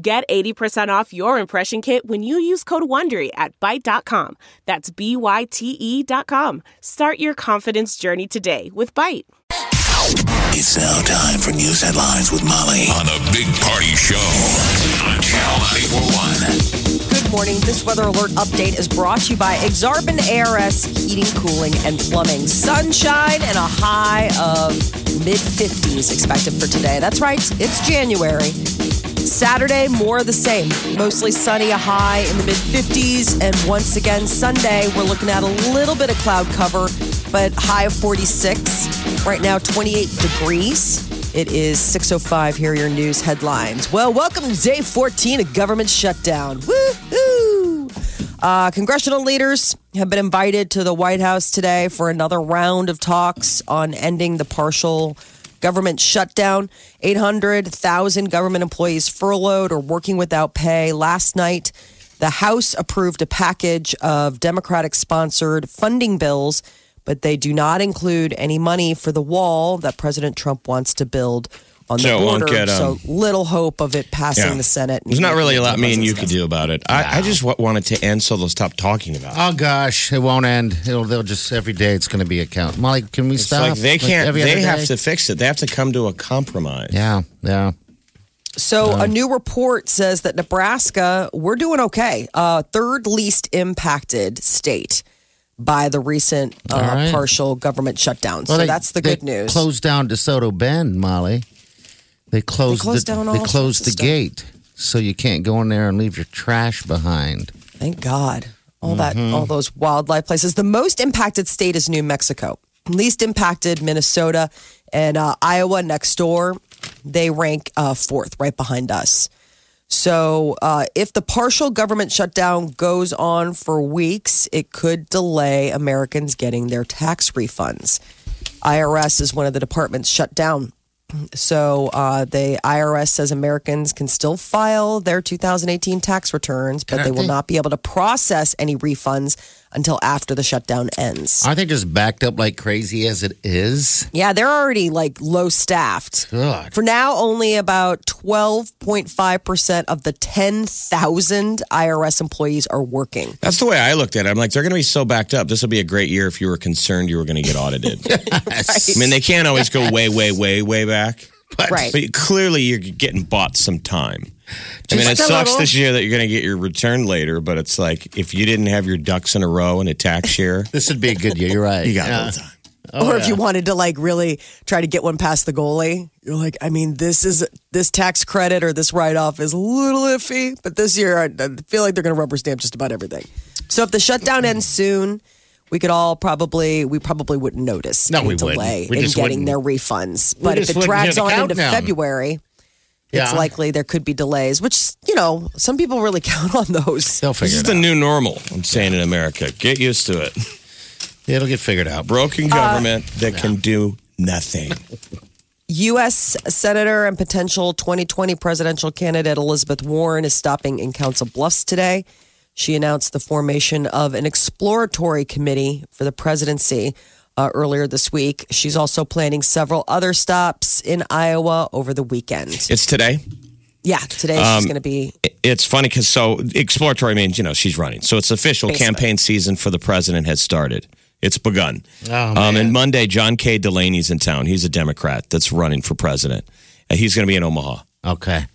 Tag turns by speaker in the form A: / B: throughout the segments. A: Get 80% off your impression kit when you use code WONDERY at Byte.com. That's B-Y-T-E E dot com. Start your confidence journey today with Byte.
B: It's now time for news headlines with Molly on the Big Party Show on Channel 941.
C: Good morning. This weather alert update is brought to you by Exarban ARS Heating, Cooling, and Plumbing. Sunshine and a high of mid 50s expected for today. That's right, it's January. Saturday, more of the same. Mostly sunny, a high in the mid 50s. And once again, Sunday, we're looking at a little bit of cloud cover, but high of 46. Right now, 28 degrees. It is 6.05. Here are your news headlines. Well, welcome to day 14 of government shutdown. Woo-hoo! Uh, congressional leaders have been invited to the White House today for another round of talks on ending the partial government shutdown. 800,000 government employees furloughed or working without pay. Last night, the House approved a package of Democratic sponsored funding bills, but they do not include any money for the wall that President Trump wants to build on the
D: So it won't
C: border.
D: get, um,
C: so little hope of it passing
D: Yeah.
C: the Senate.
D: There's not really a lot me and you
C: President's
D: could do about it. I, I just w- wanted to end so they'll stop talking about it.
E: Oh gosh, it won't end. It'll they'll just every day it's going to be a count. Molly, can we
D: It's
E: stop?
D: like they can't.
E: every
D: they
E: other
D: have
E: day?
D: to fix it. They have to come to a compromise.
E: Yeah, yeah.
C: So,
E: Um,
C: a new report says that Nebraska, we're doing okay. Uh, third least impacted state by the recent uh,
E: All right.
C: partial government shutdown. so,
E: Well, they-
C: that's the
E: they
C: good news.
E: Closed down DeSoto Bend, Molly. They closed.
C: closed
E: the,
C: down
E: They
C: all
E: closed the
C: sorts of stuff.
E: gate, so you can't go in there and leave your trash behind.
C: Thank God. All that, all those wildlife places. The most impacted state is New Mexico. Least impacted, Minnesota and uh, Iowa next door. They rank uh, fourth, right behind us. So, uh, if the partial government shutdown goes on for weeks, it could delay Americans getting their tax refunds. IRS is one of the departments shut down. So, uh, the IRS says Americans can still file their 2018 tax returns, but they will
E: think-
C: not be able to process any refunds until after the shutdown ends.
E: Aren't they just backed up like crazy as it is?
C: Yeah, they're already like low staffed.
E: God.
C: For now, only about 12.5% of the 10,000 IRS employees are working.
D: That's the way I looked at it. I'm like, they're going to be so backed up. This will be a great year if you were concerned you were going to get audited. I mean, they can't always go way, way, way, way back. But,
C: Right.
D: but clearly, you're getting bought some time. I mean, it
C: Just a
D: sucks
C: little.
D: this year that you're going to get your return later, but it's like if you didn't have your ducks in a row in a tax year,
E: This would be a good year. You're right.
D: you got a
E: Yeah.
D: little time.
E: Oh,
C: or if you wanted to like really try to get one past the goalie, you're like, I mean, this is this tax credit or this write off is a little iffy, but this year I, I feel like they're going to rubber stamp just about everything. So if the shutdown ends soon, we could all probably we probably wouldn't notice
E: No,
C: any
E: we wouldn't.
C: delay
E: We
C: in
E: just
C: getting
E: wouldn't.
C: their refunds. But if
E: just
C: it
E: wouldn't
C: drags
E: hit
C: on
E: a
C: into
E: countdown.
C: February, it's
E: Yeah.
C: likely there could be delays, which you know some people really count on those.
E: They'll
D: This
E: figure
D: is
E: it
D: the
E: out.
D: new normal, I'm saying in America. Get used to it.
E: It'll get figured out.
D: Broken government that can do nothing.
C: U.S. Senator and potential 2020 presidential candidate Elizabeth Warren is stopping in Council Bluffs today. She announced the formation of an exploratory committee for the presidency uh, earlier this week. She's also planning several other stops in Iowa over the weekend.
D: It's today.
C: Yeah, today she's going to be
D: It's funny because so exploratory means, you know, she's running. So it's official
C: Basically.
D: campaign season for the president has started. It's begun.
E: Oh,
D: um,
E: man.
D: and Monday, John K. Delaney's in town. He's a Democrat that's running for president. Uh, he's going to be in Omaha
E: Okay.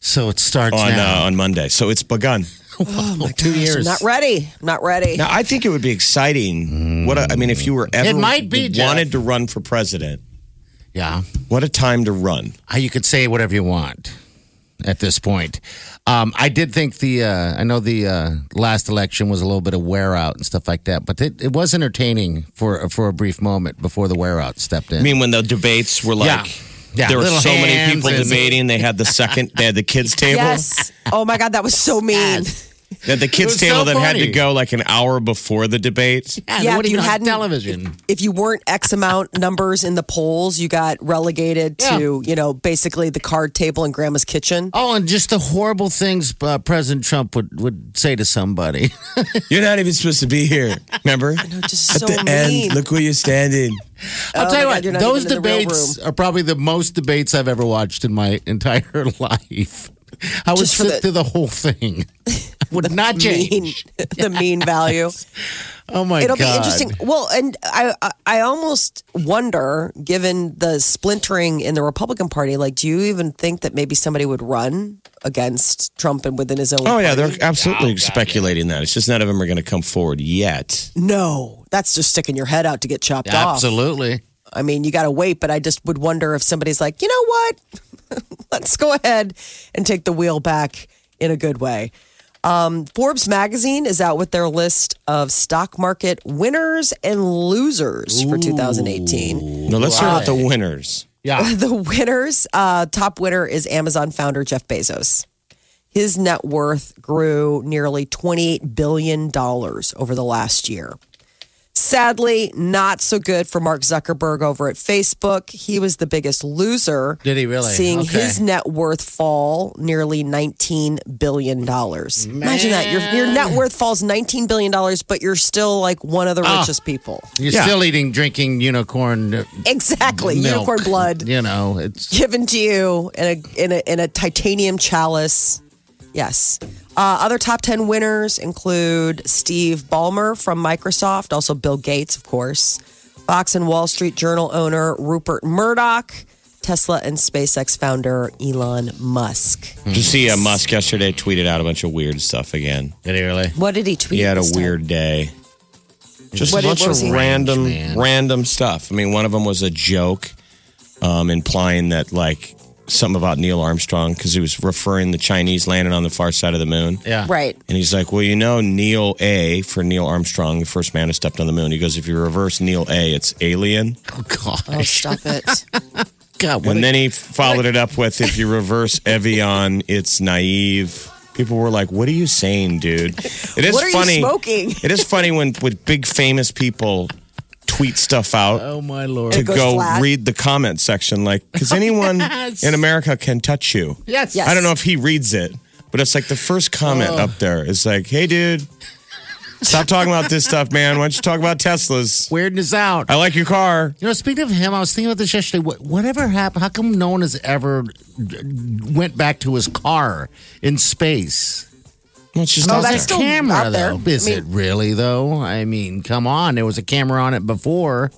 E: So it starts
D: on, uh,
E: now.
D: on Monday. So it's begun.
E: Two years.
C: Oh, not ready. Not ready.
D: Now, I think it would be exciting. What a, I mean, if you were ever
E: It might be, Jeff.
D: wanted to run for president,
E: yeah.
D: what a time to run.
E: Uh, you could say whatever you want at this point. Um, I did think the uh, I know the uh, last election was a little bit of wear out and stuff like that, but it, it was entertaining for for a brief moment before the wear out stepped in.
D: I mean, when the debates were like,
E: Yeah. Yeah,
D: there were
E: little
D: so many
E: hands
D: people
E: and-
D: debating. They had the second, they had the kids table.
C: Yes. Oh my God, that was so mean.
D: They had the
E: It
D: kids
E: was
D: table
E: so
D: that had to
E: funny.
D: go like an hour before the debate.
C: Yeah,
E: what
C: if
E: do you
C: you
E: mean on
C: hadn't-
E: television?
C: If you weren't X amount numbers in the polls, you got relegated to, you know, basically the card table in grandma's kitchen.
E: Oh, and just the horrible things uh, President Trump would, would say to somebody.
D: You're not even supposed to be here. Remember?
C: Just
D: At
C: so
D: the
C: mean.
D: end, look where you're standing.
E: I'll tell
C: Oh my
E: you what,
C: God, you're not
E: those
C: even in the real
E: debates are probably the most debates I've ever watched in my entire life. I would
C: Just for
E: sit
C: the-
E: through the whole thing. I would not change.
C: mean, the mean value.
E: Oh my
C: It'll
E: god!
C: be interesting. Well, and I, I, I almost wonder, given the splintering in the Republican Party, like, do you even think that maybe somebody would run against Trump and within his own?
D: Oh yeah, they're absolutely speculating that. It's just none of them are going to come forward yet.
C: No, that's just sticking your head out to get chopped off.
E: Absolutely.
C: I mean, you got to wait, but I just would wonder if somebody's like, you know what? Let's go ahead and take the wheel back in a good way. Um, Forbes magazine is out with their list of stock market winners and losers for 2018.
D: No, let's hear about the winners.
E: Yeah.
C: The winners, uh, top winner is Amazon founder Jeff Bezos. His net worth grew nearly $28 billion over the last year. Sadly, not so good for Mark Zuckerberg over at Facebook. He was the biggest loser.
E: Did he really?
C: Seeing
E: Okay.
C: his net worth fall nearly $19 billion. Imagine that. Your, your net worth falls $19 billion, but you're still like one of the
E: Ah.
C: richest people.
E: You're
D: Yeah.
E: still eating, drinking unicorn uh,
C: Exactly.
E: milk.
C: Unicorn blood
E: You know, it's
C: given to you in a in a in a titanium chalice. Yes. Uh, other top ten winners include Steve Ballmer from Microsoft, also Bill Gates, of course, Fox and Wall Street Journal owner Rupert Murdoch, Tesla and SpaceX founder Elon Musk.
D: Did you see uh, Musk yesterday tweeted out a bunch of weird stuff again?
E: did he really?
C: What did he tweet?
D: He had a
C: this time?
D: weird day. Just
C: What
D: a
C: did-
D: bunch
C: what was
D: of
C: he-
D: random,
E: Strange, man.
D: random stuff. I mean, one of them was a joke, um, implying that like something about Neil Armstrong because he was referring the Chinese landing on the far side of the moon.
E: Yeah.
C: Right.
D: And he's like, well, you know, Neil A for Neil Armstrong, the first man who stepped on the moon. He goes, if you reverse Neil A, it's alien.
E: Oh gosh.
C: Oh, stop it.
E: God, what
D: and
E: a-
D: then he followed it up with, if you reverse Evian, it's naive. People were like, what are you saying, dude? It is
C: What are you
D: funny.
C: smoking?
D: It is funny when with big famous people tweet stuff out.
E: oh my lord.
D: to
C: goes
D: go
C: flat. Oh,
D: read the comment section, like, because anyone
E: Yes.
D: in America can touch you.
E: Yes.
C: Yes.
D: I don't know if he reads it, but it's like the first comment
C: Oh.
D: up there is like, hey, dude, stop talking about this stuff, man. Why don't you talk about Teslas?
E: Weirdness out.
D: I like your car.
E: You know, speaking of him, I was thinking about this yesterday. What, whatever happened? How come no one has ever uh, went back to his car in space?
D: Well, it's just
C: Oh,
D: out
C: that's
D: there.
C: still
E: camera
C: out there.
E: though. Is
C: I mean-
E: it really though? I mean, come on. There was a camera on it before.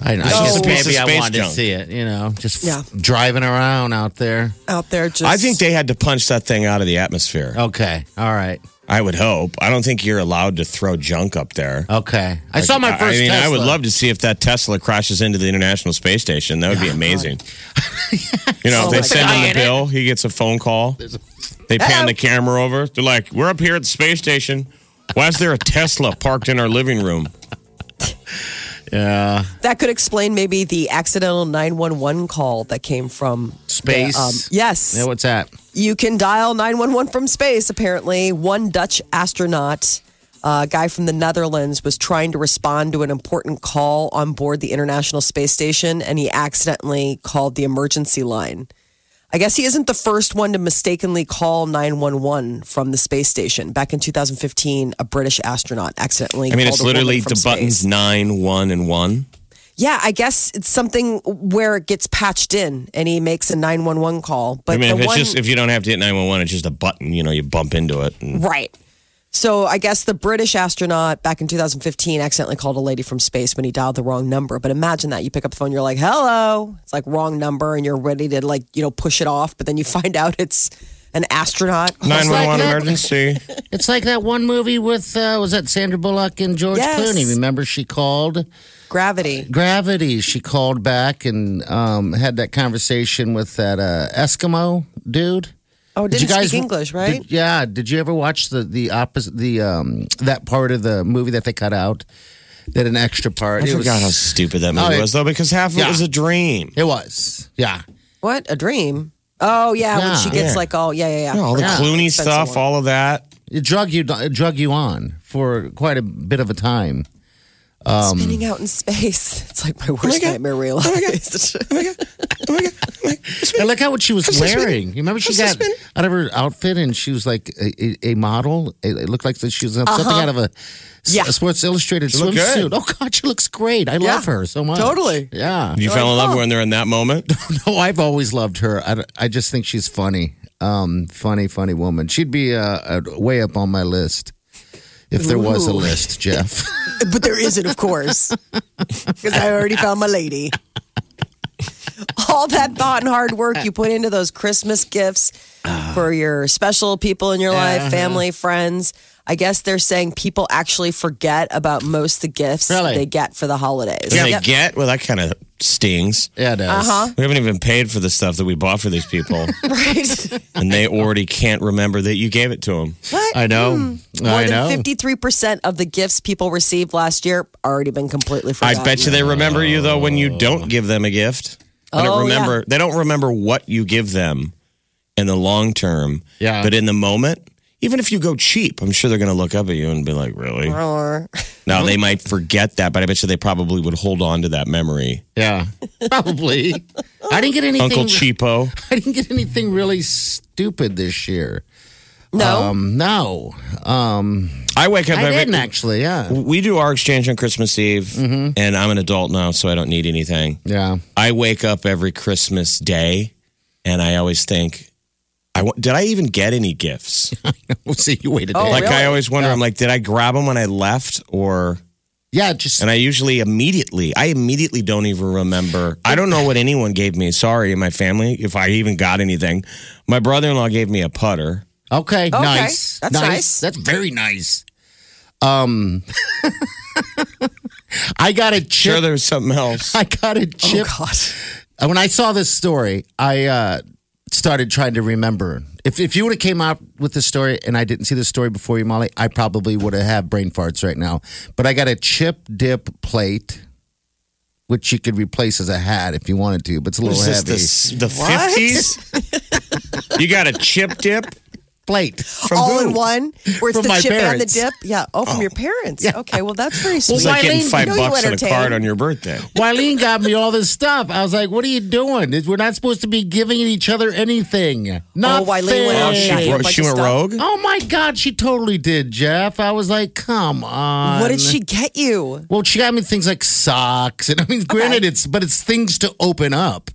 E: I, I
D: just
E: just
D: a piece of
E: maybe I
D: space
E: wanted
D: junk.
E: to see it. You know, just
C: Yeah.
E: driving around out there.
C: Out there, just
D: I think they had to punch that thing out of the atmosphere.
C: Oh.
E: Okay, all right,
D: I would hope. I don't think you're allowed to throw junk up there.
E: okay. I saw my
D: I-
E: first.
D: I mean, I
E: Tesla.
D: would love to see if that Tesla crashes into the International Space Station. That would be amazing. You know,
C: Oh
D: if they
C: my
D: send him
E: God.
D: the bill, he gets a phone call. They pan the camera over. They're like, "We're up here at the space station. Why is there a Tesla parked in our living room?"
E: Yeah,
C: that could explain maybe the accidental nine one one call that came from
E: space.
C: Um, yes.
E: Yeah, what's that?
C: you can dial 911 from space, apparently. One Dutch astronaut, uh, a guy from the Netherlands, was trying to respond to an important call on board the International Space Station, and he accidentally called the emergency line. I guess he isn't the first one to mistakenly call 911 from the space station. Back in 2015, a British astronaut accidentally
D: I mean,
C: called
D: it's
C: a woman
D: literally
C: from
D: the buttons
C: space.
D: nine, one, and one.
C: Yeah, I guess it's something where it gets patched in and he makes a 911 call. But
D: I mean, if
C: the
D: it's
C: one,
D: just if you don't have to hit nine one one, it's just a button. You know, you bump into it. And
C: Right. So I guess the British astronaut back in 2015 accidentally called a lady from space when he dialed the wrong number. But imagine that you pick up the phone, you're like, "Hello," it's like wrong number, and you're ready to like you know push it off, but then you find out it's an astronaut.
D: nine one one
E: that.
D: emergency.
E: It's like that one movie with uh, was that Sandra Bullock and George
C: Yes.
E: Clooney. Remember, she called.
C: Gravity.
E: Gravity. She called back and um, had that conversation with that uh, Eskimo dude.
C: Oh, it
E: Did
C: didn't
E: you guys
C: speak English, right?
E: Did, yeah. Did you ever watch the the opposite the um, that part of the movie that they cut out? did an extra part.
D: I
E: it was,
D: forgot how stupid that movie
E: Oh, it-
D: was, though, because half of
E: Yeah.
D: it was a dream.
E: it was. Yeah.
C: What? A dream? Oh, yeah, when
E: Yeah.
C: she gets
D: Yeah.
C: like all, yeah, yeah, yeah.
D: Yeah, all the
E: Yeah.
D: Clooney
C: Expensive
D: stuff,
C: one.
D: all of that.
E: It drug you it drug you on for quite a bit of a time.
C: Spinning out in space. It's like my worst
D: God.
C: nightmare realized.
E: I like how what she was
D: That's so sweet.
E: wearing. You remember she
D: That's so
E: got
D: sweet.
E: out of her outfit and she was like a, a, a model. It, it looked like that she was on something out of a, s-
C: Uh-huh. Yeah.
E: a Sports Illustrated
D: looked
E: swimsuit.
D: good.
E: Oh God, she looks great. I love her so much.
C: Totally.
E: Yeah.
D: You fell in love when they're in that moment.
E: No, I've always loved her. I, don't- I just think she's funny. Um, funny, funny woman. She'd be uh, uh, way up on my list if there was a
C: Ooh.
E: list, Jeff.
C: but there isn't, of course, because I already found my lady. All that thought and hard work you put into those Christmas gifts
E: Uh-huh.
C: for your special people in your life, family, friends. I guess they're saying people actually forget about most of the gifts
E: Really?
C: they get for the holidays.
D: Did
C: Yep.
D: they get? Well, that kind of stings.
E: yeah, it is. Uh-huh.
D: We haven't even paid for the stuff that we bought for these people,
C: Right?
D: and they already can't remember that you gave it to them.
C: What?
E: I know.
C: Hmm. More
E: I know.
C: than 53% of the gifts people received last year already been completely
E: Oh,
D: I
C: forgotten.
D: bet you they remember you though when you don't give them a gift. They
C: Oh,
D: don't remember. They don't remember what you give them in the long term.
E: Yeah.
D: But in the moment, even if you go cheap, I'm sure they're going to look up at you and be like, "Really?" Now they might forget that, but I bet you they probably would hold on to that memory.
E: Yeah, probably. I didn't get anything.
D: Uncle Cheapo.
E: I didn't get anything really stupid this year.
C: No.
E: Um, no, um,
D: I wake up
E: I
D: every.
E: didn't actually. Yeah,
D: We do our exchange on Christmas Eve,
C: Mm-hmm.
D: and I'm an adult now, so I don't need anything.
E: yeah.
D: I wake up every Christmas day, and I always think, "I wa- did I even get any gifts?"
E: We'll see. You waited.
C: Oh,
E: like,
D: like I
C: really?
D: always wonder. I'm like, did I grab them when I left, or?
E: yeah, just
D: And I usually immediately, I immediately don't even remember. I don't know what anyone gave me. Sorry, in my family, if I even got anything. My brother-in-law gave me a putter.
E: okay. Nice.
C: That's nice.
E: That's very nice. Um, I got a chip.
D: Sure, there was something else.
E: I got a
C: Oh,
E: chip. Uh, When I saw this story, I uh, started trying to remember. If, if you would have came out with this story and I didn't see this story before you, Molly, I probably would have had brain farts right now. But I got a chip dip plate, which you could replace as a hat if you wanted to, but it's a little
D: Is
E: heavy.
D: this the s- the fifties? you got a chip dip
E: plate.
D: from
C: all
D: who?
C: in one, where it's
E: From
C: the
E: my
C: chip and the
E: parents.
C: dip. Yeah. Oh, from your parents. Okay. Well, that's pretty sweet.
D: It's like getting
E: Wileen,
D: five
C: you know you
D: bucks on a
C: entertain.
D: card on your birthday.
E: Wileen got me all this stuff. I was like, what are you doing? We're not supposed to be giving each other anything. Nothing.
C: Wileen went
D: Oh,
C: out
D: she,
C: Yeah, you
D: ro-
C: have a
D: she
C: bunch
D: went
C: of
D: rogue.
E: Oh my God, she totally did, Jeff. I was like, come on.
C: what did she get you?
E: Well, she got me things like socks, and I mean, granted, it's but it's things to open up.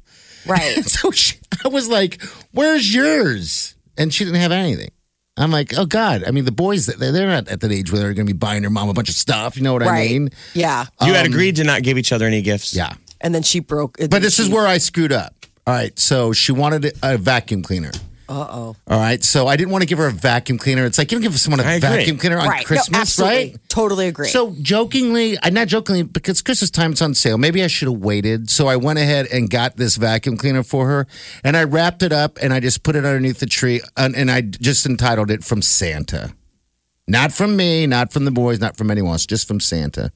C: Right.
E: So she, I was like, "Where's yours?" And she didn't have anything. I'm like, "Oh God!" I mean, the boys they- they're not at that age where they're going to be buying their mom a bunch of stuff. You know what I
C: right.
E: mean?
C: Yeah.
D: You had agreed to not give each other any gifts.
E: Yeah.
C: And then she broke.
E: But this is where I screwed up. All right, so she wanted a vacuum cleaner.
C: Uh oh.
E: All right, so I didn't want to give her a vacuum cleaner. It's like you don't give someone a
D: I agree.
E: vacuum cleaner on
C: Right. no,
E: Christmas,
C: absolutely.
E: right?
C: Totally agree.
E: So jokingly, I not jokingly because Christmas time it's on sale. Maybe I should have waited. So I went ahead and got this vacuum cleaner for her, and I wrapped it up and I just put it underneath the tree, and, and I just entitled it "From Santa," not from me, not from the boys, not from anyone else, just from Santa.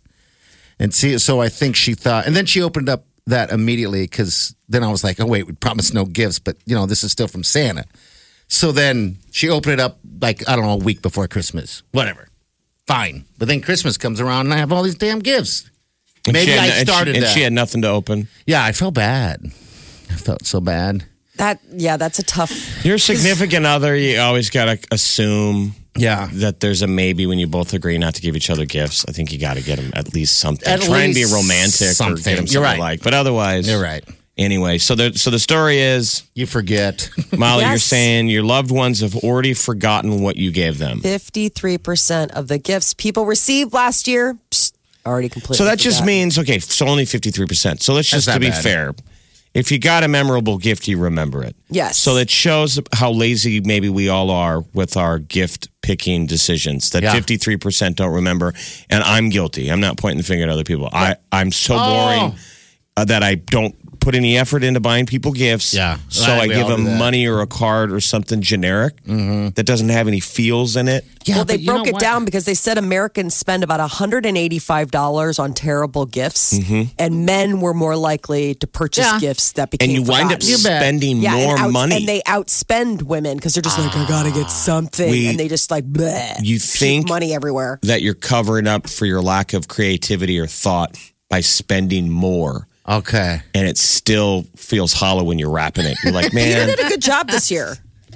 E: And see, so I think she thought, and then she opened up that immediately because then I was like, oh wait, we promised no gifts, but you know this is still from Santa. So then she opened it up like I don't know a week before Christmas, whatever fine. But then Christmas comes around and I have all these damn gifts.
D: And
E: Maybe
D: she had
E: I
D: no- and she-
E: started
D: and
E: that.
D: she had nothing to open.
E: Yeah, I felt bad. I felt so bad.
C: that, yeah, that's a tough.
D: Your significant other, you always got to assume
E: Yeah.
D: that there's a maybe when you both agree not to give each other gifts. I think you got to get them at least something.
E: At
D: Try and be
E: least
D: romantic or get
E: something.
D: them something
E: You're right.
D: like. But otherwise,
E: You're right.
D: Anyway, so the so the story is,
E: You forget.
D: Molly, you're
C: Yes.
D: saying your loved ones have already forgotten what you gave them.
C: 53% of the gifts people received last year psst, already completely.
D: So that just
C: forgotten.
D: means okay, so only fifty three percent. So let's just
E: That's
D: to
E: not
D: be
E: bad.
D: fair, if you got a memorable gift, you remember it.
C: Yes.
D: So it shows how lazy maybe we all are with our gift picking decisions. That
E: Yeah.
D: fifty three percent don't remember,
E: Oh.
D: and I'm guilty. I'm not pointing the finger at other people. I I'm so boring uh, that I don't put any effort into buying people gifts.
E: Yeah.
D: So
E: Right,
D: I
E: we
D: give
E: all do
D: them
E: that. Mm-hmm.
D: money or a card or something generic that doesn't have any feels in it.
E: Yeah,
C: well, they
E: but you
C: broke
E: know
C: it
E: what?
C: down because they said Americans spend about $185 on terrible gifts, and men were more likely to purchase
E: Yeah.
C: gifts that became
D: Mm-hmm. And you wind up
C: forgotten.
E: You bet.
D: spending
C: yeah,
D: more
C: and outs-
D: money. Ah.
C: And they outspend women because they're just like, I gotta get something,
D: We-
C: and they just like, bleh,
D: you think
C: money everywhere.
D: that you're covering up for your lack of creativity or thought by spending more.
E: Okay.
D: And it still feels hollow when you're wrapping it. You're like, man,
C: Did a good job this year.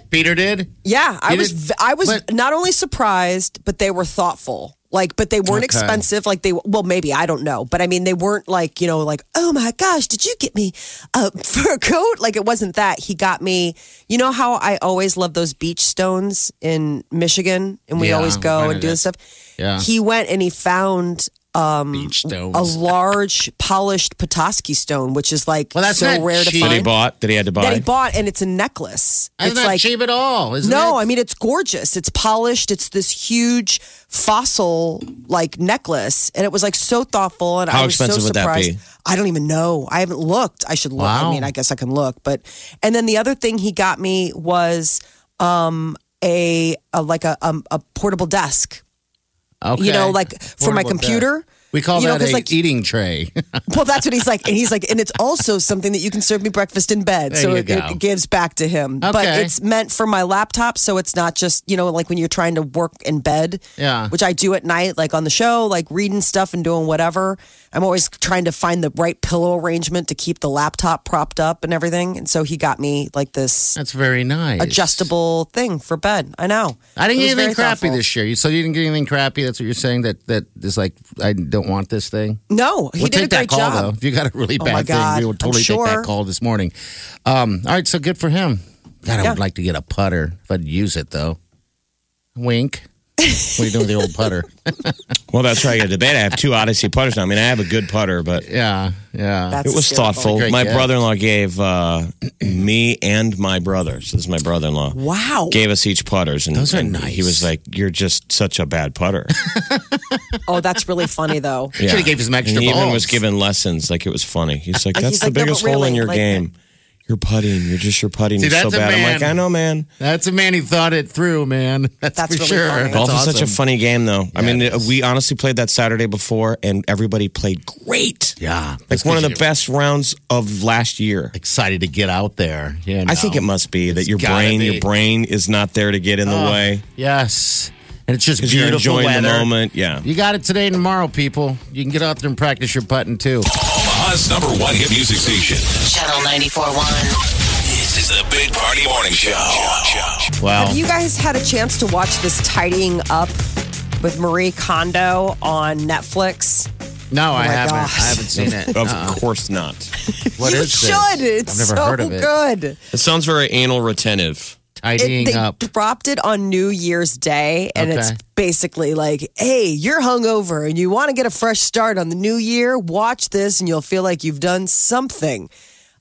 E: Peter did?
C: Yeah, I
E: You
C: was.
E: did-
C: I was
E: but-
C: not only surprised, but they were thoughtful. Like, but they weren't
E: Okay.
C: expensive. Like they, well, maybe I don't know, but I mean, they weren't like you know, like oh my gosh, did you get me a fur coat? Like it wasn't that. He got me. You know how I always love those beach stones in Michigan, and we
E: Yeah,
C: always go
E: I
C: and do
E: know
C: this stuff.
E: Yeah.
C: He went and he found um,
E: Beach
C: a
E: stones.
C: large polished Petoskey stone, which is like
E: Well, that's
C: so
E: not
C: rare to
E: cheap.
D: that he
C: find.
D: bought, that he had to buy.
C: That he bought, and it's a necklace.
E: That's
C: it's
E: not
C: like
E: cheap at all, isn't
C: no,
E: it?
C: I mean it's gorgeous. It's polished. It's this huge fossil like necklace, and it was like so thoughtful. And
D: How
C: I was so
D: expensive would that
C: surprised.
D: be?
C: I don't even know. I haven't looked. I should look. I
E: Wow.
C: mean, I guess I can look. But and then the other thing he got me was um, a, a like a um, a portable desk.
E: Okay.
C: You know, like for my
E: Portable
C: computer.
E: desk. We call
C: you know,
E: that
C: 'cause,
E: a
C: like
E: eating tray.
C: well, that's what he's like, and he's like, and it's also something that you can serve me breakfast in bed.
E: There
C: so
E: you
C: it, it
E: go.
C: gives back to him, but
E: Okay.
C: it's meant for my laptop, so it's not just you know like when you're trying to work in bed.
E: Yeah.
C: which I do at night, like on the show, like reading stuff and doing whatever. I'm always trying to find the right pillow arrangement to keep the laptop propped up and everything. And so he got me like this
E: That's very nice.
C: adjustable thing for bed. I know.
E: I didn't
C: It was
E: get anything
C: very
E: crappy
C: thoughtful.
E: this year. You so you didn't get anything crappy. That's what you're saying. That that is like I don't want this thing.
C: No, he
E: we'll
C: did a
E: take
C: great
E: that call
C: job.
E: though. If you got a really
C: Oh,
E: bad
C: my God.
E: thing, we will
C: I'm
E: totally take
C: sure.
E: that call this morning. Um, all right, so good for him. God, I
C: Yeah.
E: would like to get a putter if I'd use it though. Wink. what are you doing with the old putter?
D: well, that's right. I got to debate. I have two Odyssey putters now. I mean, I have a good putter, but
E: yeah, yeah.
C: That's
D: It was
C: hysterical.
D: thoughtful.
E: Great
D: My
E: gift.
D: brother in law gave uh, me and my brother, so this is my brother in law,
C: Wow.
D: gave us each putters. And,
E: Those are
D: and
E: nice.
D: He was like, You're just such a bad putter.
C: Oh, that's really funny though.
E: Should have gave him some
D: And
E: extra
D: he even
E: balls.
D: was given lessons. Like, it was funny. He's like, That's
C: Uh, He's
D: the
C: like, "No, but
D: biggest hole in
C: really,
D: your
C: like-
D: game. You're putting. You're just your putting.
E: See,
D: is so
E: that's a
D: bad. I'm like,
E: man.
D: I know, man.
E: That's a man who thought it through, man. That's,
C: That's
E: for
C: really
E: sure.
C: funny.
E: That's
D: Golf
E: awesome.
D: is such a funny game, though. I mean,
E: it is.
D: we honestly played that Saturday before, and everybody played great.
E: Yeah,
D: Like,
E: That's
D: one of the
E: because you're
D: best rounds of last year.
E: Excited to get out there. Yeah,
D: I think it must be that your
E: gotta
D: brain,
E: be.
D: your brain is not there to get in the way.
E: Yes, and it's just
D: Because you're
E: beautiful
D: enjoying
E: weather.
D: the moment. Yeah.
E: You got it today and tomorrow, people. You can get out there and practice your putting too.
B: Omaha's number one hit music station.
F: Channel 94.1.
B: This is the Big Party Morning Show.
E: Wow.
C: Have you guys had a chance to watch this tidying up with Marie Kondo on Netflix?
E: No, I
C: Oh my
E: haven't.
C: gosh.
E: I haven't seen it.
D: Of course not.
E: What
C: you
E: is this?
C: should. It's
E: I've never
C: so
E: heard of it.
C: good.
D: It sounds very anal retentive.
C: It-
E: Tidying
C: they
E: up.
C: dropped it on New Year's Day, and it's
E: Okay.
C: basically like, hey, you're hungover and you want to get a fresh start on the new year. Watch this, and you'll feel like you've done something.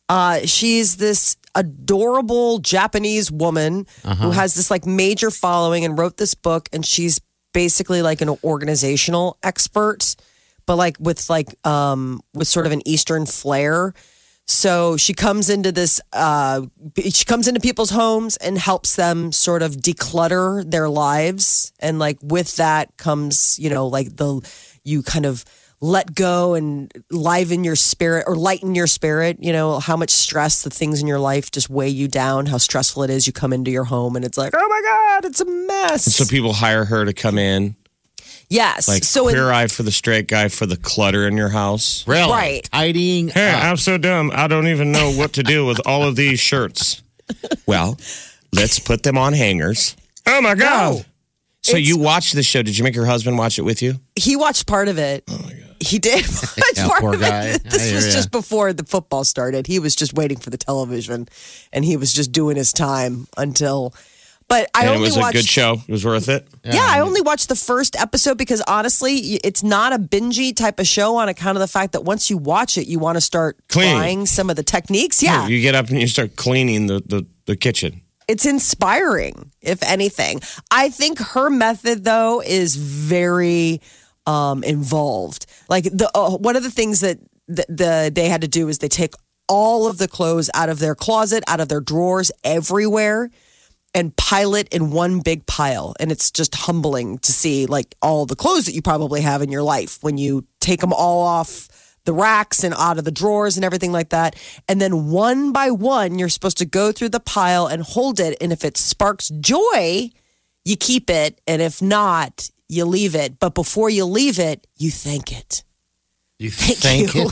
C: Uh, she's this adorable Japanese woman
E: Uh-huh.
C: who has this like major following and wrote this book, and she's basically like an organizational expert, but like with like um with sort of an Eastern flair. So she comes into this, uh, she comes into people's homes and helps them sort of declutter their lives. And like with that comes, you know, like the, you kind of let go and liven your spirit or lighten your spirit, you know, how much stress the things in your life just weigh you down, how stressful it is. You come into your home and it's like, oh my God, it's a mess.
D: So people hire her to come in,
C: yes.
D: like
C: so in-
D: queer eye for the straight guy for the clutter in your house.
E: Really?
C: Right.
E: Tidying up.
D: I'm so dumb. I don't even know what to do with all of these shirts. Well, let's put them on hangers. Oh my god!
C: No.
D: so you watched the show? Did you make your husband watch it with you?
C: he watched part of it. He did watch
E: Yeah,
C: part
E: poor
C: of
E: guy.
C: it. This
E: I
C: was
E: hear ya.
C: just before the football started. He was just waiting for the television, and he was just doing his time until. But I
D: and it
C: only
D: was
C: watched.
D: a good show. It was worth it.
C: Yeah, I only watched the first episode because honestly, y- it's not a bingey type of show on account of the fact that once you watch it, you want to start
D: Clean.
C: trying some of the techniques. Yeah,
D: You get up and you start cleaning the the, the kitchen.
C: it's inspiring if anything i think her method though is very um involved like the uh, one of the things that the, the they had to do is they take all of the clothes out of their closet, out of their drawers, everywhere, and pile it in one big pile. And it's just humbling to see like all the clothes that you probably have in your life when you take them all off the racks and out of the drawers and everything like that. And then one by one, you're supposed to go through the pile and hold it. And if it sparks joy, you keep it. And if not, you leave it. But before you leave it, you thank it.
E: You
C: Thank
E: think
C: you.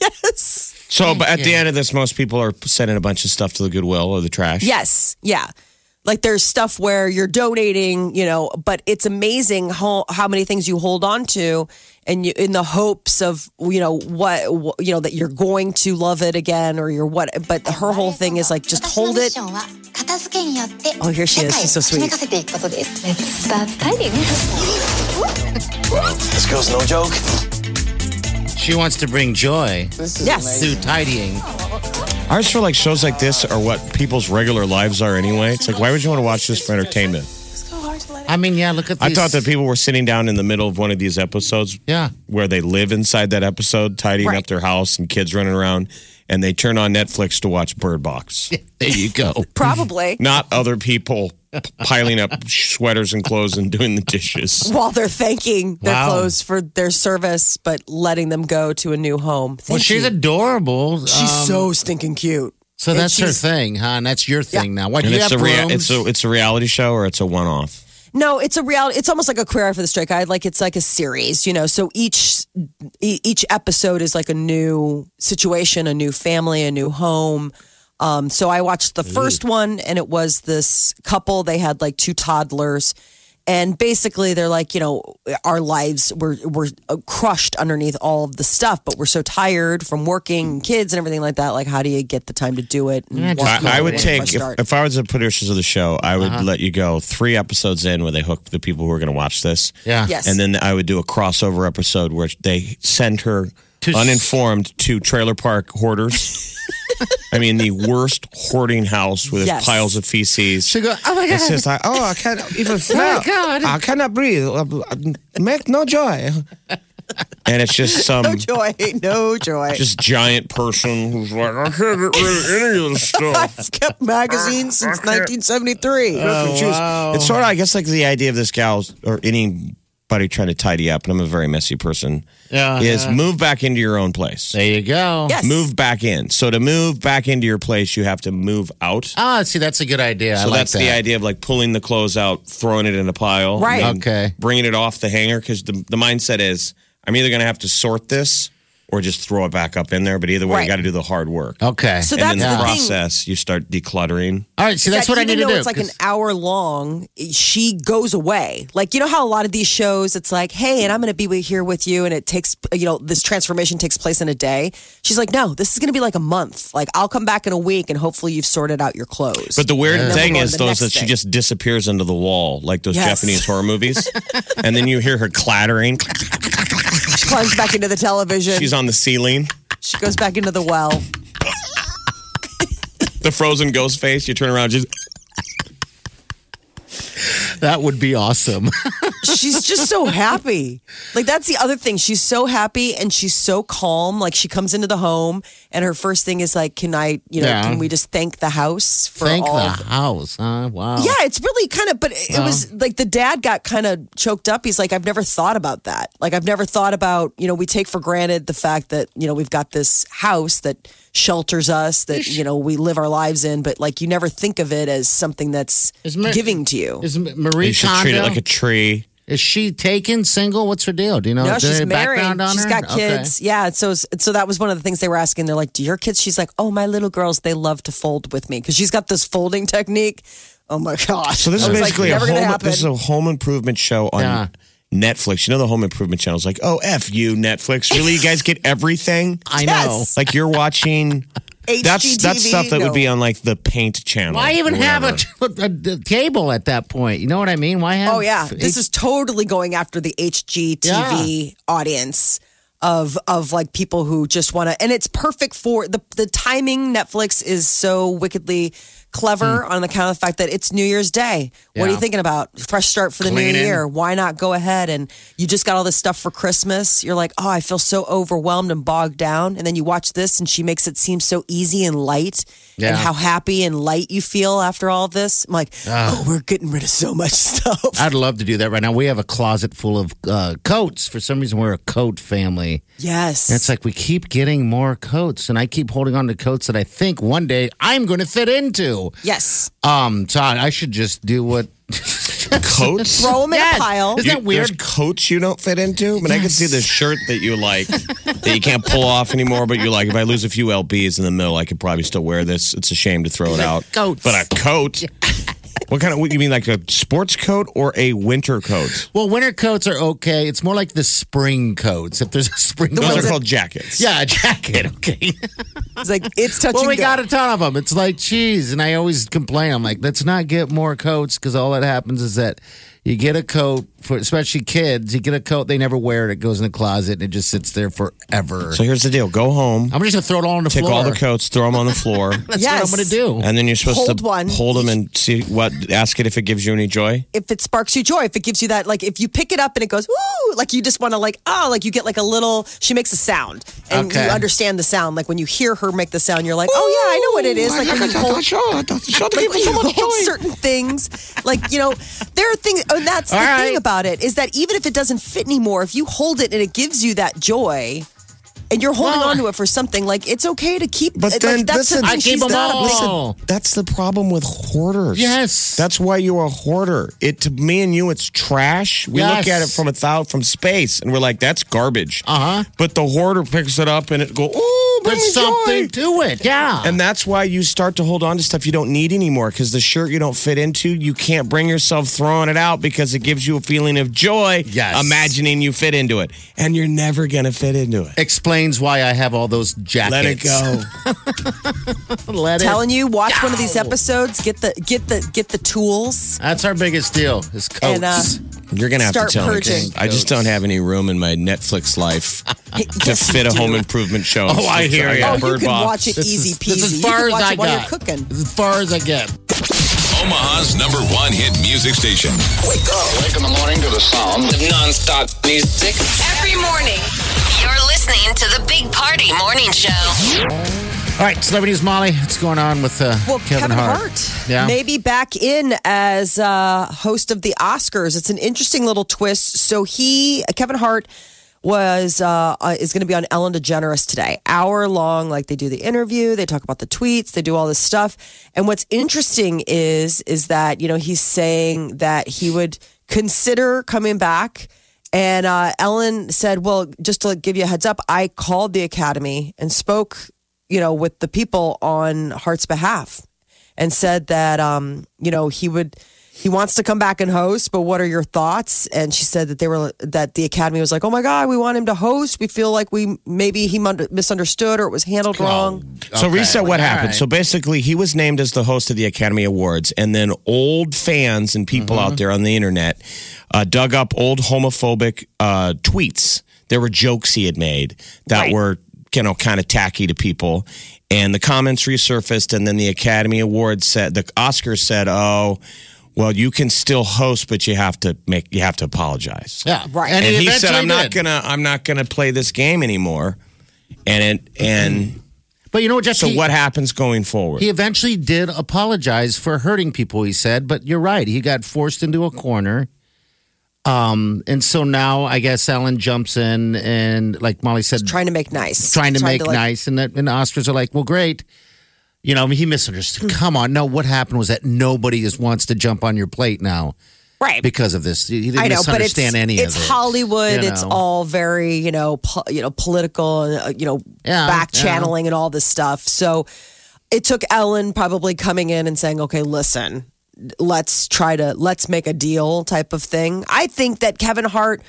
C: yes.
D: So, but at the end of this, most people are sending a bunch of stuff to the Goodwill or the trash.
C: Yes. Yeah. Like there's stuff where you're donating, you know, but it's amazing how how many things you hold on to, and you in the hopes of you know what wh- you know that you're going to love it again or you're what. But her whole thing is like just hold it.
G: Oh, here she is. She's so sweet.
H: Let's start tidying.
B: Well, this girl's no joke.
E: She wants to bring joy
C: Yes.
E: through tidying.
D: Ours for like shows like this are what people's regular lives are anyway. It's like, why would you want to watch this for entertainment?
E: I mean, yeah, look at
D: I
E: these.
D: thought that people were sitting down in the middle of one of these episodes
E: Yeah.
D: where they live inside that episode, tidying up their house and kids running around, and they turn on Netflix to watch Bird Box,
E: There you go.
C: Probably
D: not other people piling up sweaters and clothes and doing the dishes.
C: while they're thanking their
E: Wow.
C: clothes for their service, but letting them go to a new home.
E: Well,
C: Thank
E: she's
C: you.
E: adorable.
C: she's
E: Um,
C: so stinking cute.
E: so
C: and
E: that's her
C: she's-
E: thing, huh? And that's your thing now. Why do
D: And
E: you
D: it's
E: have
D: a, rea-
E: rooms?
D: it's, a, it's a reality show or it's a one off.
C: No, it's a reality. It's almost like a queer Eye for the straight guy. Like it's like a series, you know. So each e- each episode is like a new situation, a new family, a new home. Um, so I watched the first one, and it was this couple. They had like two toddlers, and basically they're like, you know, our lives were were uh, crushed underneath all of the stuff, but we're so tired from
D: Mm.
C: working, kids, and everything like that. Like, how do you get the time to do it? And
E: just
C: what's
E: go
C: the
D: I, I would
C: fresh
D: take if,
C: start?
D: if I was the producers of the show, I
E: Uh-huh.
D: would let you go three episodes in where they hook the people who are going to watch this.
E: yeah.
C: Yes.
D: And then I would do a crossover episode where they send her
E: To s-
D: uninformed to trailer park hoarders. I mean, the worst hoarding house with
C: Yes.
D: piles of feces.
E: She go, oh my God.
D: It's just like, oh, I can't even smell.
E: God.
D: I cannot breathe. Uh, Make no joy. And it's just some
C: joy, no joy.
D: just giant person who's like, I can't get rid of any of this stuff.
C: I've kept magazines since 1973.
E: Uh,
D: She was- It's sort of, I guess, like the idea of this gal or anybody trying to tidy up, and I'm a very messy person,
E: Yeah.
D: is move back into your own place.
E: There you go.
C: Uh-huh. Yes.
D: Move back in. So to move back into your place, you have to move out.
C: Oh,
D: So
E: Ah, see, that's a good idea. I like
D: that's
E: that.
D: the idea of like pulling the clothes out, throwing it in a pile,
C: Right.
D: and
E: Okay.
D: bringing it off the hanger because the, the mindset is I'm either going to have to sort this or just throw it back up in there. But either way,
C: Right.
D: you got to do the hard work.
E: Okay.
C: So
D: and
C: that's
D: in the
C: the thing.
D: process, you start decluttering.
E: All right. See,
C: is
E: that's
C: that
E: what I need
C: even though
E: to do.
C: It's like
E: 'cause-
C: an hour long. She goes away. Like you know how a lot of these shows, it's like, hey, and I'm going to be wi- here with you, and it takes you know this transformation takes place in a day. She's like, no, this is going to be like a month. Like I'll come back in a week, and hopefully you've sorted out your clothes.
D: But the weird
C: Yeah.
D: thing
C: Number one,
D: is,
C: the
D: though, is that
C: next
D: she
C: thing.
D: just disappears into the wall, like those
C: Yes.
D: Japanese horror movies. and then you hear her clattering.
C: she climbs back into the television.
D: She's on the ceiling.
C: she goes back into the well.
D: The frozen ghost face. You turn around, just
E: that would be awesome.
C: she's just so happy. Like that's the other thing. She's so happy and she's so calm. Like she comes into the home and her first thing is like, "Can I, you know,
E: Yeah.
C: can we just thank the house for
E: Thank
C: all?"
E: the house, huh? Wow.
C: Yeah, it's really kind of. But it, it was like the dad got kind of choked up. He's like, "I've never thought about that. Like I've never thought about you know we take for granted the fact that you know we've got this house that shelters us that you know we live our lives in, but like you never think of it as something that's
E: Is Mar-
C: giving to you."
E: Is M- Marie
D: you should treat it
E: Kondo-
D: like a tree.
E: Is she taken, single? What's her deal? Do you know?
C: No,
E: Oh, is there
C: she's
E: any
C: married.
E: background on
C: She's
E: her?
C: got
E: Okay.
C: kids. Yeah. So so that was one of the things they were asking. They're like, "Do your kids?" She's like, "Oh, my little girls. They love to fold with me because she's got this folding technique." Oh my gosh!
D: So this
C: I was
D: is basically
C: like,
D: a
C: never gonna
D: home.
C: happen.
D: This is a home improvement show on
E: Yeah.
D: Netflix. You know the home improvement channel is like, oh f you Netflix. Really, you guys get everything.
E: I
C: Yes.
E: know.
D: Like you're watching. That's that's
C: HGTV?
D: stuff that would be
C: No.
D: on like the Paint channel.
E: Why even
D: or
E: have a,
D: whatever.
E: a- a table at that point? You know what I mean? Why have?
C: Oh yeah, this is totally going after the HGTV audience of of like people who just want to, and it's perfect for the the timing. Netflix is so wickedly clever on the count of the fact that it's New Year's Day. What are you
E: Hmm. Yeah.
C: thinking about? Fresh start for the new
E: Cleaning.
C: year. Why not go ahead and you just got all this stuff for Christmas? You're like, oh, I feel so overwhelmed and bogged down. And then you watch this and she makes it seem so easy and light and
E: Yeah.
C: how happy and light you feel after all this. I'm like, oh, we're getting rid of so much stuff.
E: I'd love to do that right now. We have a closet full of uh, coats. For some reason, we're a coat family.
C: yes.
E: And it's like we keep getting more coats, and I keep holding on to coats that I think one day I'm going to fit into.
C: yes.
E: Um, so I, I should just do what.
D: Coats?
C: Throw them in a pile.
E: Isn't that
D: there's
E: weird?
D: coats you don't fit into? But I can see the shirt that you like that you can't pull off anymore. But you're like, if I lose a few lbs in the middle, I could probably still wear this. It's a shame to throw it out.
E: coats.
D: but a coat. What kind of? What you mean, like a sports coat or a winter coat?
E: Well, winter coats are okay. It's more like the spring coats. If there's a spring,
D: Those
E: coat.
D: are called jackets.
E: yeah, a jacket. Okay.
C: It's like, it's touching
E: well, we got a ton of them. It's like cheese, and I always complain. I'm like, let's not get more coats because all that happens is that you get a coat for especially kids. You get a coat they never wear. It goes in the closet and it just sits there forever.
D: So here's the deal: go home,
E: I'm just gonna throw it all on the
D: take
E: floor.
D: all the coats, throw them on the floor,
E: That's what I'm gonna do.
D: and then you're supposed
C: Hold
D: to
C: one.
D: hold them and see what. Ask it if it gives you any joy.
C: if it sparks you joy, if it gives you that, like if you pick it up and it goes, ooh, like you just want to, like, oh, like you get like a little, she makes a sound and
E: Okay.
C: you understand the sound. Like when you hear her make the sound, you're like, oh, yeah, I know what it is. Like when you hold, like, when you hold certain things, like, you know, there are things, and that's the
E: All right.
C: thing about it is that even if it doesn't fit anymore, if you hold it and it gives you that joy, and you're holding
E: Well,
C: on to it for something, like it's okay to keep.
D: But
C: like,
D: then
C: that's the
D: listen,
C: thing,
E: I keep
C: she's
E: them
C: not a big-
E: all.
D: That's the problem with hoarders.
E: Yes.
D: That's why you're a hoarder. It to me and you, it's trash. We
E: Yes.
D: look at it from a thou from space and we're like, that's garbage.
E: Uh-huh.
D: But the hoarder picks it up and it go, ooh, bring
E: There's
D: me
E: something
D: joy."
E: to it. Yeah.
D: And that's why you start to hold on to stuff you don't need anymore because the shirt you don't fit into, you can't bring yourself throwing it out because it gives you a feeling of joy
E: Yes.
D: imagining you fit into it. And you're never going to fit into it.
E: explains why I have all those jackets.
D: Let it go.
E: Let it.
C: telling you watch one of these episodes get the get the get the tools
E: That's our biggest deal is coats.
C: And, uh,
D: You're gonna have
C: Start
D: to tell me 'cause
C: purging.
D: I just don't have any room in my Netflix life to fit a home improvement show.
E: Oh, I hear ya.
D: got
E: Oh,
C: you
D: Bird
C: can
D: Box.
C: watch it
E: This
C: easy
E: is-
C: peasy
E: This is
C: you
E: far
C: can
E: as
C: watch
E: I
C: it while
E: got.
C: you're cooking
E: As far as I get.
B: Omaha's number one hit music station.
F: Wake up.
I: Wake in the morning to the sound.
J: Non-stop music.
K: Every morning, you're listening to the Big Party Morning Show.
E: All right, celebrity news, Molly. What's going on with uh,
C: well
E: Kevin, Hart? Yeah.
C: maybe back in as uh, host of the oscars it's an interesting little twist so he kevin hart was uh, uh, is going to be on ellen degeneres today hour long like they do the interview they talk about the tweets they do all this stuff and what's interesting is is that you know he's saying that he would consider coming back And uh, Ellen said, "Well, just to give you a heads up, I called the academy and spoke, you know, with the people on Hart's behalf, and said that, um, you know, he would, he wants to come back and host, but what are your thoughts?" And she said that they were that the academy was like, "Oh my God, we want him to host. We feel like we maybe he mun- misunderstood or it was handled wrong."
D: So
E: Okay,
D: reset what
E: all
D: happened.
E: right.
D: So basically, he was named as the host of the Academy Awards, and then old fans and people
E: Mm-hmm.
D: out there on the internet uh, dug up old homophobic uh, tweets. There were jokes he had made that were you know kind of tacky to people, and the comments resurfaced. And then the Academy Awards said the Oscars said, "Oh, well, you can still host, but you have to make you have to apologize."
E: yeah.
C: Right.
E: And,
D: and
E: he,
D: he said,
E: eventually
D: "I'm not
E: did.
D: gonna I'm not gonna play this game anymore." And it and
E: But you know what, Jeff?
D: so
E: he,
D: what happens going forward?
E: He eventually did apologize for hurting people, he said, but you're right. He got forced into a corner. Um, and so now I guess Ellen jumps in and, like Molly said,
C: Trying to make nice,
E: trying to make
C: like,
E: nice. And, that, and the Oscars are like, well, great. You know, I mean, he
C: Hmm.
E: misunderstood. Come on. No, what happened was that nobody just wants to jump on your plate now
C: right?
E: because of this. He didn't
C: I know, but it's,
E: misunderstand any
C: it's
E: of it.
C: Hollywood.
E: you
C: It's
E: know?
C: all very you know po- you know political and uh, you know
E: Yeah,
C: back
E: yeah.
C: channeling and all this stuff. So it took Ellen probably coming in and saying, "Okay, listen, let's try to let's make a deal," type of thing. I think that Kevin Hart.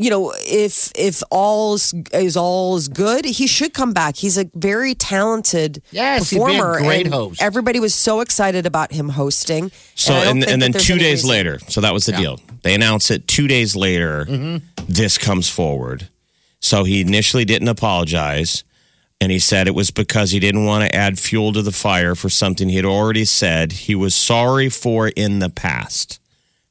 C: You know, if if all's is all's good, he should come back. He's a very talented
E: Yes, he'd be a
C: performer.
E: great
C: and
E: host.
C: Everybody was so excited about him hosting.
D: So
C: I don't
D: and,
C: think
D: and
C: that
D: then
C: there's
D: two
C: any
D: days
C: reason-
D: later, so that was the deal. They announce it two days
C: Mm-hmm.
D: later. This comes forward. So he initially didn't apologize. And he said it was because he didn't want to add fuel to the fire for something he had already said he was sorry for in the past.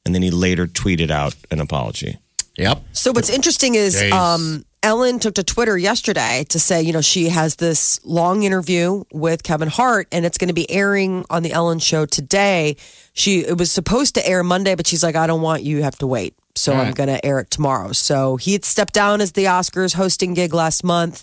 D: And then he later tweeted out an apology.
E: Yep.
C: So what's interesting is
E: Days.
C: um, Ellen took to Twitter yesterday to say, you know, she has this long interview with Kevin Hart, and it's going to be airing on the Ellen Show today. She it was supposed to air Monday, but she's like, I don't want you. You have to wait. So I'm going to air it tomorrow. So he had stepped down as the Oscars hosting gig last month,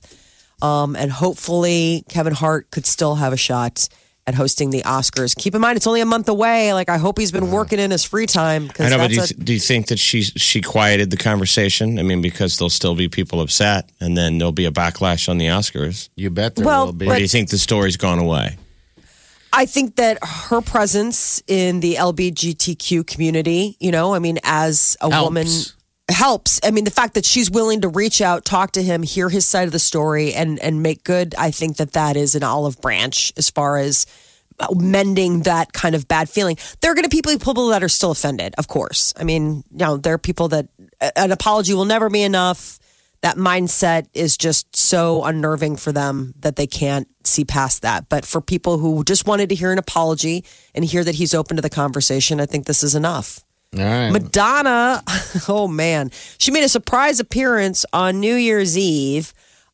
C: um, and hopefully Kevin Hart could still have a shot. At hosting the Oscars. Keep in mind, it's only a month away. Like, I hope he's been working in his free time. 'cause
D: I know, but do you,
C: that's
D: th- do you think that she she quieted the conversation? I mean, because there'll still be people upset, and then there'll be a backlash on the Oscars.
E: You bet there
C: Well,
E: will be.
D: Or do you think the story's gone away?
C: I think that her presence in the LBGTQ community, you know, I mean, as a
E: Helps.
C: woman helps. I mean, the fact that she's willing to reach out, talk to him, hear his side of the story, and and make good. I think that that is an olive branch as far as mending that kind of bad feeling. There are going to be people, people that are still offended, of course. I mean, you know, there are people that an apology will never be enough. That mindset is just so unnerving for them that they can't see past that. But for people who just wanted to hear an apology and hear that he's open to the conversation, I think this is enough.
E: All right.
C: Madonna, oh man, she made a surprise appearance on New Year's Eve.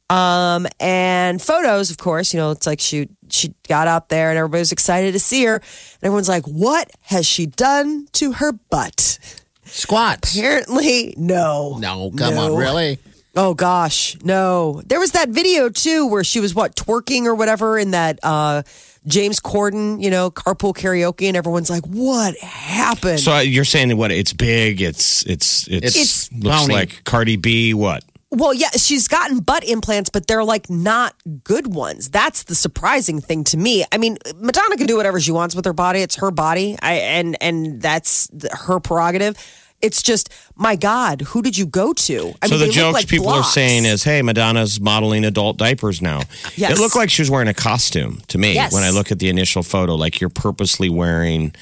C: Um, and photos, of course, you know, it's like she she got out there and everybody was excited to see her. And everyone's like, what has she done to her butt?
E: Squats.
C: Apparently, no.
E: No, come on, really?
C: Oh gosh, no. There was that video too where she was what twerking or whatever in that uh James Corden, you know, carpool karaoke, and everyone's like, "What happened?"
D: So uh, you're saying what? It's big. It's it's it's,
E: It's
D: looks
E: bounty.
D: like Cardi B. What?
C: Well, yeah, she's gotten butt implants, but they're like not good ones. That's the surprising thing to me. I mean, Madonna can do whatever she wants with her body. It's her body, I, and and that's th- her prerogative. It's just, my God, who did you go to? I mean,
D: so the
C: they look
D: jokes
C: like
D: people are
C: blocks.
D: saying is, "Hey, Madonna's modeling adult diapers now."
C: Yes.
D: It looked like she was wearing a costume to me
C: Yes.
D: when I look at the initial photo. Like you're purposely wearing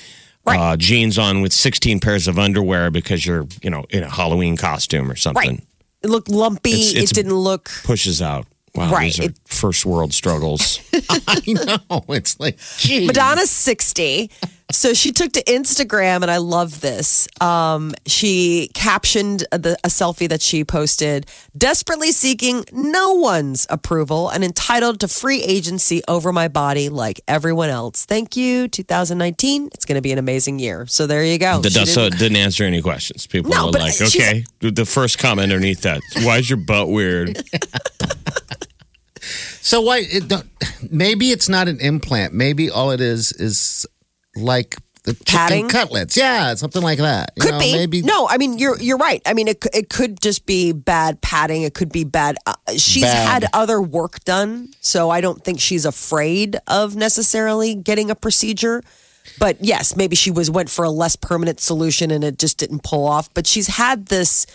D: uh, jeans on with 16 pairs of underwear because you're, you know, in a Halloween costume or something.
C: right. It looked lumpy.
D: It's- it's-
C: it didn't look.
D: Pushes out. Wow,
C: Right.
D: these are
C: It-
D: first world struggles.
E: I know. It's like, gee.
C: Madonna's 60. So she took to Instagram, and I love this. Um, she captioned the, a selfie that she posted desperately seeking no one's approval and entitled to free agency over my body like everyone else. Thank you, 2019. It's going to be an amazing year. So there you go.
D: that
C: She
D: does, so
C: didn't-
D: it didn't answer any questions. People
C: No,
D: were
C: but
D: like,
C: she's-
D: "Okay." The first comment underneath that, "Why is your butt weird?"
E: So why? It don't, maybe it's not an implant. Maybe all it is is like the
C: Padding?
E: chicken cutlets. Yeah, something like that. You
C: could
E: know,
C: be
E: Maybe
C: no. I mean, you're you're right. I mean, it c- it could just be bad padding. It could be bad. Uh, she's
E: Bad.
C: had other work done, so I don't think she's afraid of necessarily getting a procedure. But yes, maybe she was went for a less permanent solution and it just didn't pull off. But she's had this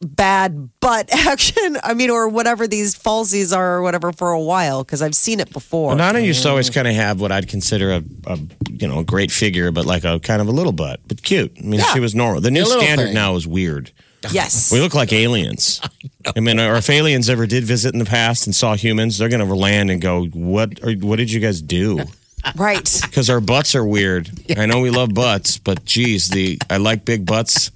C: bad butt action. I mean, or whatever these falsies are, or whatever, for a while because I've seen it before.
D: Madonna used to always kind of have what I'd consider a, a you know a great figure, but like a kind of a little butt, but cute. I mean,
C: Yeah.
D: she was normal. The new
E: A little
D: standard
E: thing.
D: now is weird.
C: yes,
D: We look like aliens. I, mean, or if aliens ever did visit in the past and saw humans, they're going to land and go, "What? Are, what did you guys do?"
C: right.
D: Because our butts are weird. I know we love butts, but geez, the I like big butts,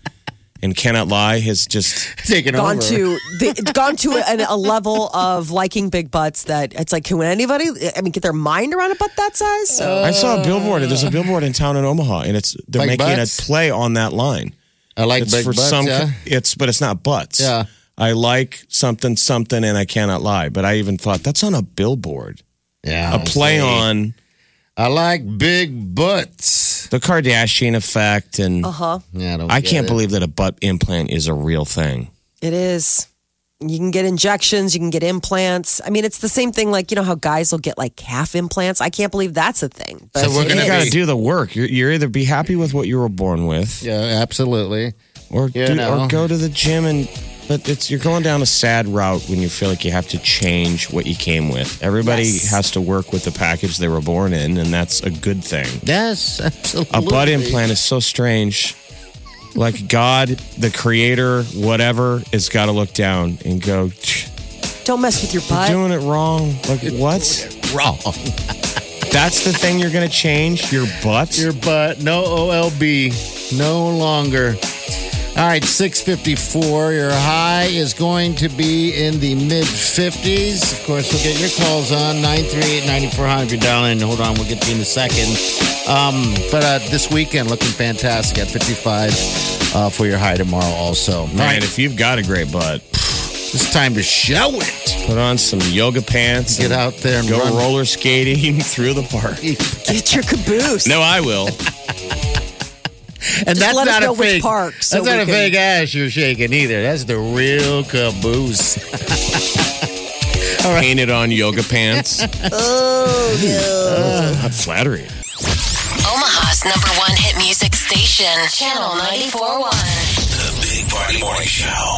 D: and cannot lie has just
E: taking
C: gone
E: over.
C: to the, gone to an, a level of liking big butts that it's like can anybody I mean get their mind around a butt that size? So
D: I saw a billboard. There's a billboard in town in Omaha, and it's they're
E: Uh. Like
D: making
E: butts?
D: a play on that line.
E: I like
D: It's
E: big
D: for
E: butts,
D: some.
E: yeah.
D: It's but it's not butts.
E: Yeah.
D: I like something something, and I cannot lie. But I even thought that's on a billboard.
E: Yeah,
D: A play on
E: I like big butts.
D: the Kardashian effect, and
C: uh-huh.
E: Yeah, I, don't
D: I
E: Oh. get
D: can't
E: it.
D: believe that a butt implant is a real thing.
C: it is. You can get injections, you can get implants. I mean, it's the same thing like you know how guys will get like calf implants. I can't believe that's a thing. But
E: So we're
D: You
E: gonna
D: got to
E: be,
D: do the work. You're, you're either be happy with what you were born with,
E: yeah, absolutely.
D: or
E: You
D: do,
E: know.
D: or go to the gym and. But it's you're going down a sad route when you feel like you have to change what you came with. Everybody
C: Yes.
D: has to work with the package they were born in, and that's a good thing.
E: Yes, absolutely.
D: A butt implant is so strange. Like God, the creator, whatever, has got to look down and go, "Tch,
C: Don't mess with your butt.
D: Doing it wrong. Like what?
E: Wrong.
D: That's the thing you're gonna change? Your butt?
E: Your butt. No OLB. No longer. All right, 654. Your high is going to be in the mid 50s. Of course, we'll get your calls on 938 9400. Darling, hold on, we'll get to you in a second. Um, but uh, this weekend, looking fantastic at 55 uh, for your high tomorrow, also. All
D: Man,
E: right,
D: if you've got a great butt,
E: it's time to show it.
D: put on some yoga pants.
E: Get
D: and
E: out there and
D: Go
E: run.
D: roller skating through the park.
C: Get your caboose.
D: No, I will.
E: And
C: Just
E: that's
C: let us
E: not
C: know
E: a
C: which
E: fake.
C: park so
E: that's not
C: we
E: a
C: can-
E: fake ass you're shaking either. That's the real caboose.
D: Painted on yoga pants. oh, no. flattering.
K: Omaha's number one hit music station, Channel 94.1.
B: The Big Party Morning Show.